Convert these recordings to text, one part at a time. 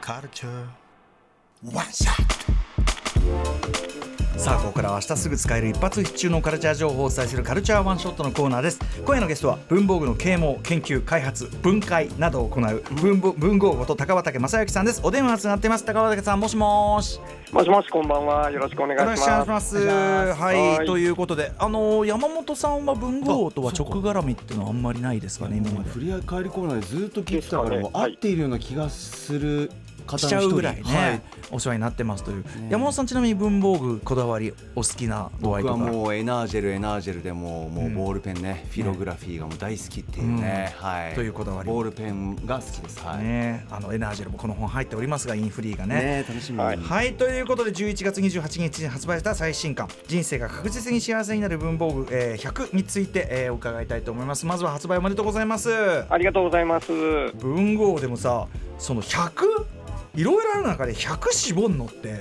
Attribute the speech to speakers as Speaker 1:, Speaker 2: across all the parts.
Speaker 1: culture. One shot.
Speaker 2: さあここからは明日すぐ使える一発必中のカルチャー情報をお伝えするカルチャーワンショットのコーナーです今夜のゲストは文房具の啓蒙研究開発分解などを行う文房文房具こと高畑正幸さんですお電話つながっています高畑さんもしもし
Speaker 3: もしもし、こんばんは。よろしくお願い
Speaker 2: よ
Speaker 3: し
Speaker 2: ろ
Speaker 3: ま
Speaker 2: し
Speaker 3: す。
Speaker 2: くお願
Speaker 1: お願いしま
Speaker 2: いします
Speaker 1: す
Speaker 2: はい、
Speaker 3: はい
Speaker 2: ということであのー山本さんは文豪とは直絡みっていうのはあんまりないですかね今まで
Speaker 4: 振り返りコーナーでずっと聞いてたか、
Speaker 3: ですからね
Speaker 4: もう
Speaker 3: は
Speaker 4: 合
Speaker 3: い
Speaker 4: っているような気がする方の一人
Speaker 2: しちゃうぐらいね、
Speaker 4: はい
Speaker 2: お世話になってますという、山本さんちなみに文房具こだわりお好きな度合い
Speaker 4: 僕
Speaker 2: と
Speaker 4: は
Speaker 2: か
Speaker 4: もうエナージェルエナージェルでもうもううんボールペンね、フィログラフィーがもう大好きっていうね、はい
Speaker 2: というこだわりも
Speaker 4: ボールペンが好きですはいね
Speaker 2: ねあのエナージェルもこの本入っておりますがインフリーが
Speaker 4: 楽しみに、
Speaker 3: はい
Speaker 2: はいということで11月28日に発売した最新刊「人生が確実に幸せになる文房具、えー100」について、えー伺いたいと思いますまずは発売おめでとうございます
Speaker 3: ありがとうございます。
Speaker 2: 文豪でもさその 100? いろいろある中で100絞んのって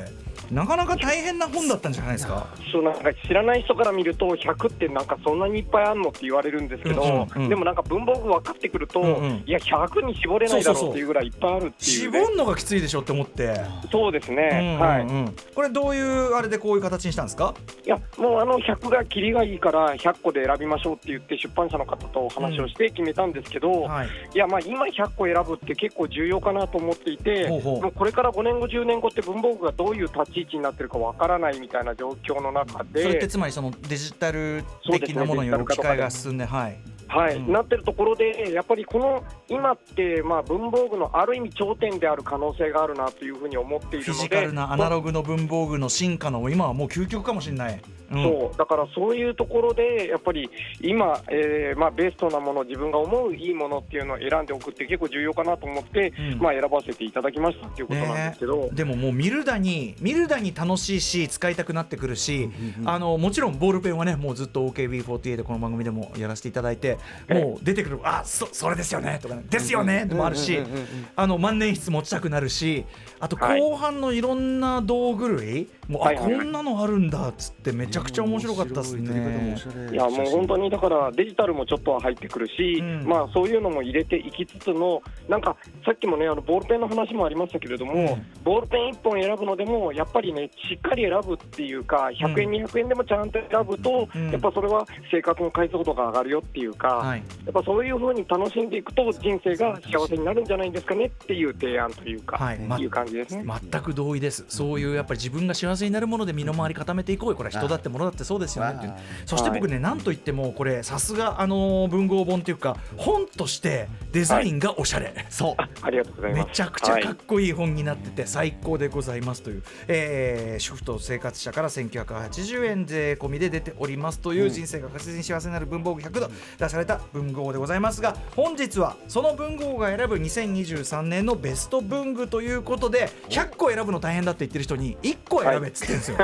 Speaker 2: なかなか大変な本だったんじゃないですか
Speaker 3: そうなんか知らない人から見ると100ってなんかそんなにいっぱいあんのって言われるんですけど、
Speaker 2: うんうんうん
Speaker 3: でもなんか文房具分かってくると、
Speaker 2: うんうん
Speaker 3: いや100に絞れないだろうっていうぐらいいっぱいあるっていう、ね、
Speaker 2: 絞んのがきついでしょって思って、
Speaker 3: そうですね、はい
Speaker 2: うんうんうんこれどういうあれでこういう形にしたんですか
Speaker 3: いやもうあの100がキリがいいから100個で選びましょうって言って出版社の方とお話をして決めたんですけど、
Speaker 2: はい
Speaker 3: いやまあ今100個選ぶって結構重要かなと思っていて
Speaker 2: ほうほう
Speaker 3: もうこれから5年後10年後って文房具がどういう立ち位置になってるかわからないみたいな状況の中
Speaker 2: それって
Speaker 3: で、
Speaker 2: つまりそのデジタル的なものによる
Speaker 3: そうですねデジタル化
Speaker 2: 機
Speaker 3: とかで
Speaker 2: 会が進んではい
Speaker 3: はい
Speaker 2: うん
Speaker 3: なってるところでやっぱりこの今ってまあ文房具のある意味頂点である可能性があるなというふうに思ってい
Speaker 2: フ
Speaker 3: る
Speaker 2: ィジ
Speaker 3: の
Speaker 2: カ
Speaker 3: で
Speaker 2: ル。なアナログの文房具の進化の今はもう究極かもしれない。うん
Speaker 3: そうだからそういうところでやっぱり今、えーまあ、ベストなもの自分が思ういいものっていうのを選んでおくって結構重要かなと思って、
Speaker 2: うん
Speaker 3: まあ、選ばせていただきましたっていうことなんですけど、
Speaker 2: でももう見るだに見るだに楽しいし使いたくなってくるし、
Speaker 4: うんうん
Speaker 2: あのもちろんボールペンはねもうずっと OKB48 でこの番組でもやらせていただいてもう出てくる「あそそれですよね」とか、ね「ですよね」でもあるし
Speaker 4: うんうんうんうん
Speaker 2: あの万年筆持ちたくなるしあと
Speaker 3: はい
Speaker 2: 後半のいろんな道具類、もうあ、
Speaker 3: はいはい
Speaker 2: こんなのあるんだっつってめちゃくちゃ面白かったです
Speaker 4: 面白い撮り方もお
Speaker 2: ね。
Speaker 4: しゃれ
Speaker 3: いやもう本当にだからデジタルもちょっとは入ってくるし、
Speaker 2: うん
Speaker 3: まあそういうのも入れていきつつのなんかさっきもねあのボールペンの話もありましたけれども、
Speaker 2: うん
Speaker 3: ボールペン1本選ぶのでもやっぱりねしっかり選ぶっていうか100円、200円でもちゃんと選ぶと、
Speaker 2: うん
Speaker 3: やっぱそれは生活の解像度が上がるよっていうか、
Speaker 2: はい
Speaker 3: やっぱそういうふうに楽しんでいくと人生が幸せになるんじゃないですかねっていう提案というか、、
Speaker 2: はいい、
Speaker 4: ね
Speaker 2: ま
Speaker 3: う感じですね。
Speaker 2: 全く同意です、そういうやっぱり自分が幸せになるもので身の回り固めていこうよ、これは人だって物だってそうですよねっていう
Speaker 4: わあ
Speaker 2: そして僕ね、なんといっても、これ、さすがあのー文豪本というか、本としてデザインがおしゃれ、
Speaker 4: そう
Speaker 3: ありがとうござい
Speaker 2: め
Speaker 3: ます。
Speaker 2: ちゃくちゃ
Speaker 3: はい
Speaker 2: かっこいい本になってて、最高でございますという、えー主婦と生活者から1980円税込みで出ておりますという、人生が確実に幸せになる文房具100度出された文豪でございますが、本日はその文豪が選ぶ2023年のベスト文具ということで、100個選ぶの大変だって言ってる人に、1個選べっつってるん ですよ。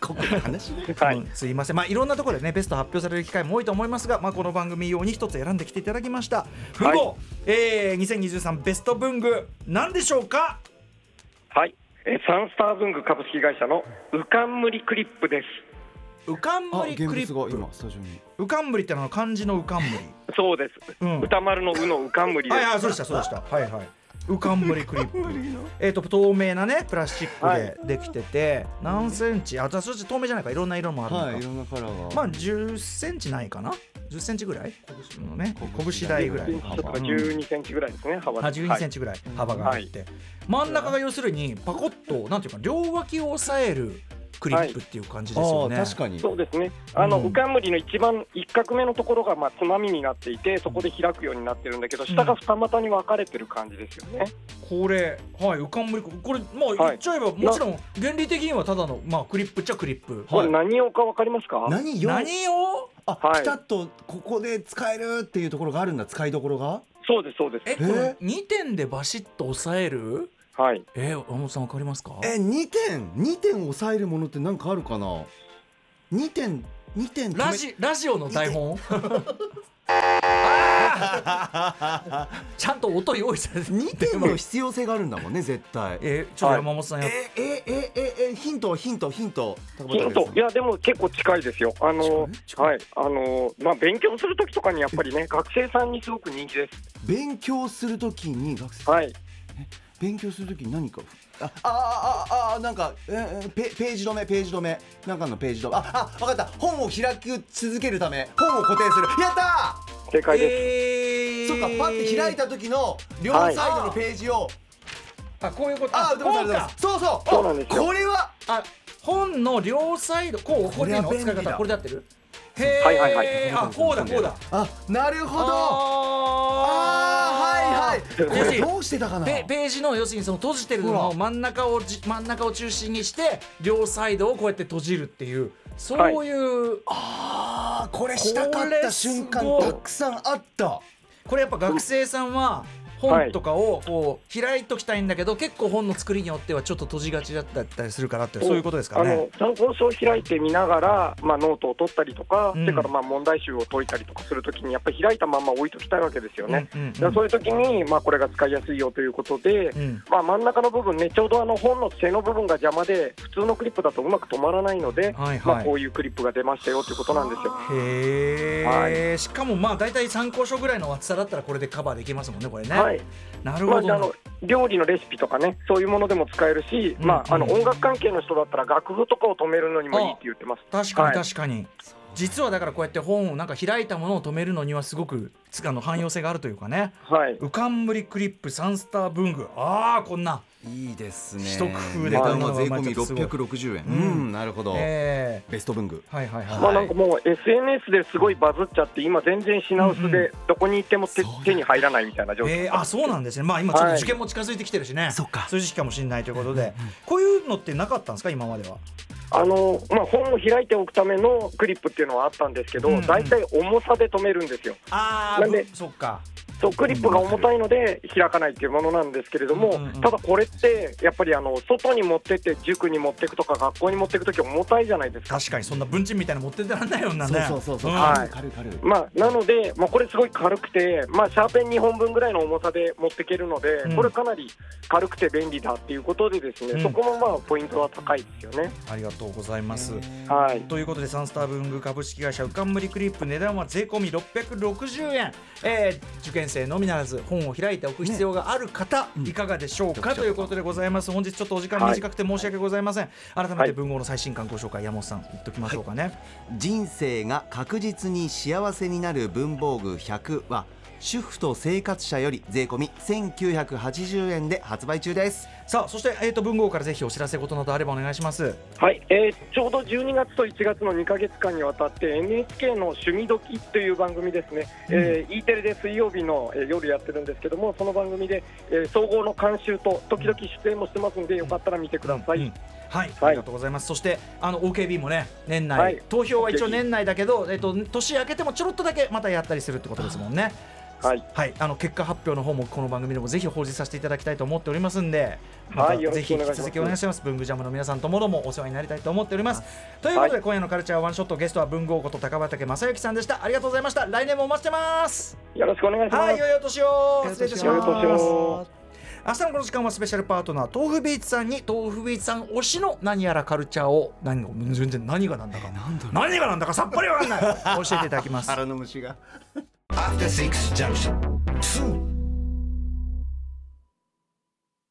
Speaker 4: ここの話
Speaker 3: はい
Speaker 2: うんすいません、まあ、いろんなところでねベスト発表される機会も多いと思いますが、まあ、この番組用に一つ選んできていただきました文豪、えー、2023ベスト文具なんでしょうか
Speaker 3: はい、えーサンスター文具株式会社のうかんむりクリップです。
Speaker 2: うかん
Speaker 4: あ
Speaker 2: むり
Speaker 4: 現
Speaker 2: クリ
Speaker 4: 物が
Speaker 2: ッ
Speaker 4: 今スタジオに
Speaker 2: プうかんむりってのは漢字のうかんむ
Speaker 3: そうです。
Speaker 2: うん
Speaker 3: 歌丸のうのうかんむり
Speaker 2: り
Speaker 3: です
Speaker 2: はい。はいそうでしたそうでしたはいはいうかんむりクリップえっと透明なねプラスチックでできてて、何センチあじゃあそして透明じゃないかいろんな色もあるのか、
Speaker 4: はいいろんなカラーが
Speaker 2: まあ1 0ンチないかな1 0ンチぐらいのね拳
Speaker 4: 拳
Speaker 2: 台
Speaker 4: 大
Speaker 2: ぐらい
Speaker 3: ち
Speaker 2: の
Speaker 3: ょっ
Speaker 2: 幅
Speaker 3: と十二センチぐらいですね、幅で。
Speaker 2: あ12センチぐらい幅があって、真ん中が要するにパコッとなんていうか両脇を押さえるクリップっていう感じですよね。
Speaker 4: あー確かに
Speaker 3: そうですね。あの、
Speaker 2: う
Speaker 3: うんかんむりの一番一画目のところがまあつまみになっていて、そこで開くようになってるんだけど、下が二股に分かれてる感じですよね。
Speaker 2: これはいうかんむりこれまあ
Speaker 3: い
Speaker 2: 言っちゃえば、もちろん原理的にはただのまあクリップっちゃクリップ。
Speaker 3: これ何用か分かりますか？
Speaker 4: 何よ
Speaker 2: 何を
Speaker 4: あ、
Speaker 3: はい
Speaker 4: ピタッとここで使えるっていうところがあるんだ使いどころが
Speaker 3: そうですそうです。
Speaker 2: えこの2点でバシッと押さえる
Speaker 3: はい。
Speaker 2: えー、山本さんわかりますか
Speaker 4: え2点2点抑えるものって何かあるかな2点2点止め
Speaker 2: ラ ジラジオの台本ちゃんと音用意されて
Speaker 4: 2点の必要性があるんだもんね絶対え
Speaker 2: えー、ちょっと山本さんやっ
Speaker 4: ええええヒントヒントヒント
Speaker 3: ヒントいやでも結構近いですよ。あの
Speaker 4: 近い
Speaker 3: はいあのまあ勉強する時とかにやっぱりね学生さんにすごく人気です。
Speaker 4: 勉強するときに学生
Speaker 3: はい。
Speaker 4: 勉強するとき何かあああああなんか、えーえーペページ止めページ止めなんかのページ止めああ分かった本を開き続けるため本を固定するやったー
Speaker 3: 正解です、
Speaker 2: えー
Speaker 4: そっかパッて開いた時の両サ
Speaker 3: は
Speaker 4: イ
Speaker 3: い
Speaker 4: ドのページを、
Speaker 2: あこういうこと
Speaker 4: ああでも
Speaker 2: こうか
Speaker 4: そうそう
Speaker 3: そうなんですよ
Speaker 4: これは
Speaker 2: あ本の両サイドこうこれでいいの
Speaker 4: これは便利
Speaker 2: 使
Speaker 4: だ
Speaker 2: い方これで合ってるへー
Speaker 3: はいはいはい
Speaker 2: あこうだこうだ
Speaker 4: あなるほど
Speaker 2: あ
Speaker 4: あーはいはいこ
Speaker 2: で
Speaker 4: れどうしてたかな
Speaker 2: ペページの要するにその閉じてるの
Speaker 4: ほ
Speaker 2: の
Speaker 4: ら
Speaker 2: 真ん中をじ真ん中を中心にして両サイドをこうやって閉じるっていうそういう、
Speaker 4: あーこれしたかった瞬間
Speaker 2: これすごい
Speaker 4: たくさんあった
Speaker 2: これやっぱ学生さんは本とかをこう開いときたいんだけど結構本の作りによってはちょっと閉じがちだったりするからってそういうことですか
Speaker 3: あ
Speaker 2: ね
Speaker 3: の。参考書を開いて見ながら、まあ、ノートを取ったりとか、
Speaker 2: うん
Speaker 3: それからまあ問題集を解いたりとかするときに、やっぱり開いたまま置いときたいわけですよね。
Speaker 2: うんうんうん
Speaker 3: だからそういうときに、まあ、これが使いやすいよということで、
Speaker 2: うん
Speaker 3: まあ、真ん中の部分ね、ちょうどあの本の背の部分が邪魔で、普通のクリップだとうまく止まらないので、
Speaker 2: はいはい
Speaker 3: まあ、こういうクリップが出ましたよということなんですよ。
Speaker 2: へえ、しかもまあ大体参考書ぐらいの厚さだったらこれでカバーできますもんねこれね、
Speaker 3: はい
Speaker 2: なる
Speaker 3: ま
Speaker 2: ほ
Speaker 3: あ、あ
Speaker 2: どな、
Speaker 3: の料理のレシピとかね、そういうものでも使えるし、
Speaker 2: うん
Speaker 3: まあ、あの
Speaker 2: うん
Speaker 3: 音楽関係の人だったら、楽譜とかを止めるのにもいいって言ってます。
Speaker 2: 確かに
Speaker 3: はい
Speaker 2: 確かに、実はだからこうやって本をなんか開いたものを止めるのにはすごくつあの汎用性があるというかね
Speaker 3: はい
Speaker 2: 「浮かんぶりクリップサンスター文具」ああこんな、
Speaker 4: いいですね
Speaker 2: 一工夫で
Speaker 4: 値
Speaker 3: こ
Speaker 4: 段
Speaker 3: んな
Speaker 4: は
Speaker 2: の
Speaker 4: 税込
Speaker 2: が生まれ
Speaker 4: み
Speaker 2: たすごい
Speaker 4: 660円
Speaker 2: う
Speaker 4: うんん、なるほど、
Speaker 2: え
Speaker 4: ベスト文具
Speaker 2: えはいはいはい、
Speaker 4: ま
Speaker 3: まあ
Speaker 4: は
Speaker 3: ないんかもう SNS ですごいバズっちゃって今全然品薄
Speaker 2: うんう
Speaker 3: でどこに行っても手,、
Speaker 4: そうだ
Speaker 3: 手に入らないみたいな状況、
Speaker 2: えー、あそうなんですねまあ今ちょっと
Speaker 3: はい
Speaker 2: 受験も近づいてきてるしね、
Speaker 4: そっか
Speaker 2: そういう時期かもしれないということで、こういうのってなかったんですか今までは
Speaker 3: あのまあ、本を開いておくためのクリップっていうのはあったんですけど、
Speaker 2: うんうん
Speaker 3: 大体重さで止めるんですよ
Speaker 2: あ
Speaker 3: ーなんで
Speaker 2: そっか
Speaker 3: そうクリップが重たいので開かないっていうものなんですけれども、
Speaker 2: うんうんうん
Speaker 3: ただこれってやっぱりあの外に持ってって塾に持ってくとか学校に持ってくとき重たいじゃないですか。
Speaker 2: 確かにそんな文鎮みたいなの持ってってらんないようなね
Speaker 4: そうそうそうそう、
Speaker 2: ん
Speaker 3: はい
Speaker 4: 軽い軽い
Speaker 3: まあ、なので、まあ、これすごい軽くて、まあ、シャーペン2本分ぐらいの重さで持っていけるので、
Speaker 2: うん
Speaker 3: これかなり軽くて便利だっていうことでですね、
Speaker 2: うん
Speaker 3: そこもまあポイントは高いですよね。
Speaker 2: ありがとうございます、
Speaker 3: はい
Speaker 2: ということでサンスター文具株式会社うかんむりクリップ値段は税込み660円、えー受験生のみならず本を開いておく必要がある方、いかがでしょうか、ということでございます本日ちょっとお時間短くて申し訳ございません、改め
Speaker 3: は
Speaker 2: て
Speaker 3: い
Speaker 2: 文豪の最新刊ご紹介山本さん言っときましょうかね、
Speaker 4: 人生が確実に幸せになる文房具100は主婦と生活者より税込み1980円で発売中です
Speaker 2: さあそして、えー、と文豪からぜひお知らせことなどあればお願いします
Speaker 3: はい、えーちょうど12月と1月の2ヶ月間にわたって NHK の「趣味どき」という番組ですね、えー E テレで水曜日の、えー夜やってるんですけどもその番組で、えー総合の監修と時々出演もしてますんでよかったら見てください、
Speaker 2: うんはい、ありがとうございます。そしてあの OKB もね年内、
Speaker 3: はい
Speaker 2: 投票は一応
Speaker 3: OKB
Speaker 2: 年内だけど、えっと年明けてもちょろっとだけまたやったりするってことですもんね。
Speaker 3: はい、
Speaker 2: あの結果発表の方もこの番組でもぜひ報じさせていただきたいと思っておりますんで、ま
Speaker 3: は
Speaker 2: た
Speaker 3: いよろ
Speaker 2: ぜ
Speaker 3: しく
Speaker 2: ひ
Speaker 3: お
Speaker 2: 引
Speaker 3: 願い
Speaker 2: き
Speaker 3: します
Speaker 2: 続きお願いします。文具ジャムの皆さんともどもお世話になりたいと思っております。ということで、
Speaker 3: は
Speaker 2: 今夜のカルチャーワンショットゲストは文豪こと高畑正幸さんでした。ありがとうございました。来年もお待ちしてます。
Speaker 3: よろしくお願いします、
Speaker 2: はい、良いお年を。失礼いたします。
Speaker 3: 良いお年を
Speaker 2: 明日のこの時間はスペシャルパートナー豆腐ビーツさんに豆腐ビーツさん推しの何やらカルチャーを何が全然何がなんだか、何がなんだかさっ ぱりわかんない教えていただきます
Speaker 4: の虫が
Speaker 1: After Six Junction 2